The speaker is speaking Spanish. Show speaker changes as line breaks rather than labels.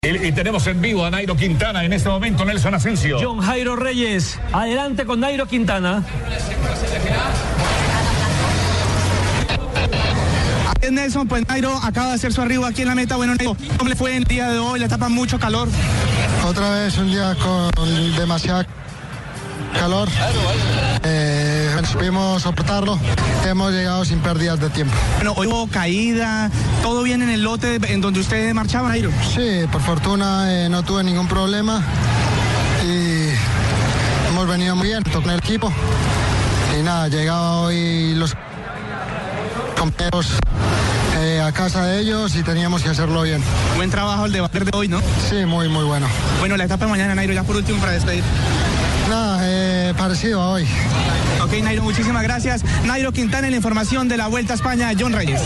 Y, y tenemos en vivo a Nairo Quintana en este momento, Nelson Asensio.
John Jairo Reyes, adelante con Nairo Quintana.
Nelson, pues Nairo acaba de hacer su arribo aquí en la meta. Bueno, Nairo, ¿cómo le fue el día de hoy? La tapa mucho calor.
Otra vez un día con demasiado calor. Eh, supimos soportarlo. Hemos llegado sin pérdidas de tiempo.
Bueno, hoy hubo caída, todo bien en el lote en donde ustedes marchaban, Nairo.
Sí, por fortuna eh, no tuve ningún problema y hemos venido muy bien con el equipo. Y nada, llegaba hoy los compañeros eh, a casa de ellos y teníamos que hacerlo bien.
Buen trabajo el debate de hoy, ¿no?
Sí, muy, muy bueno.
Bueno, la etapa de mañana, Nairo, ya por último para despedir.
Nada, eh, parecido a hoy.
Ok, Nairo, muchísimas gracias. Nairo Quintana en la información de la Vuelta a España, John Reyes.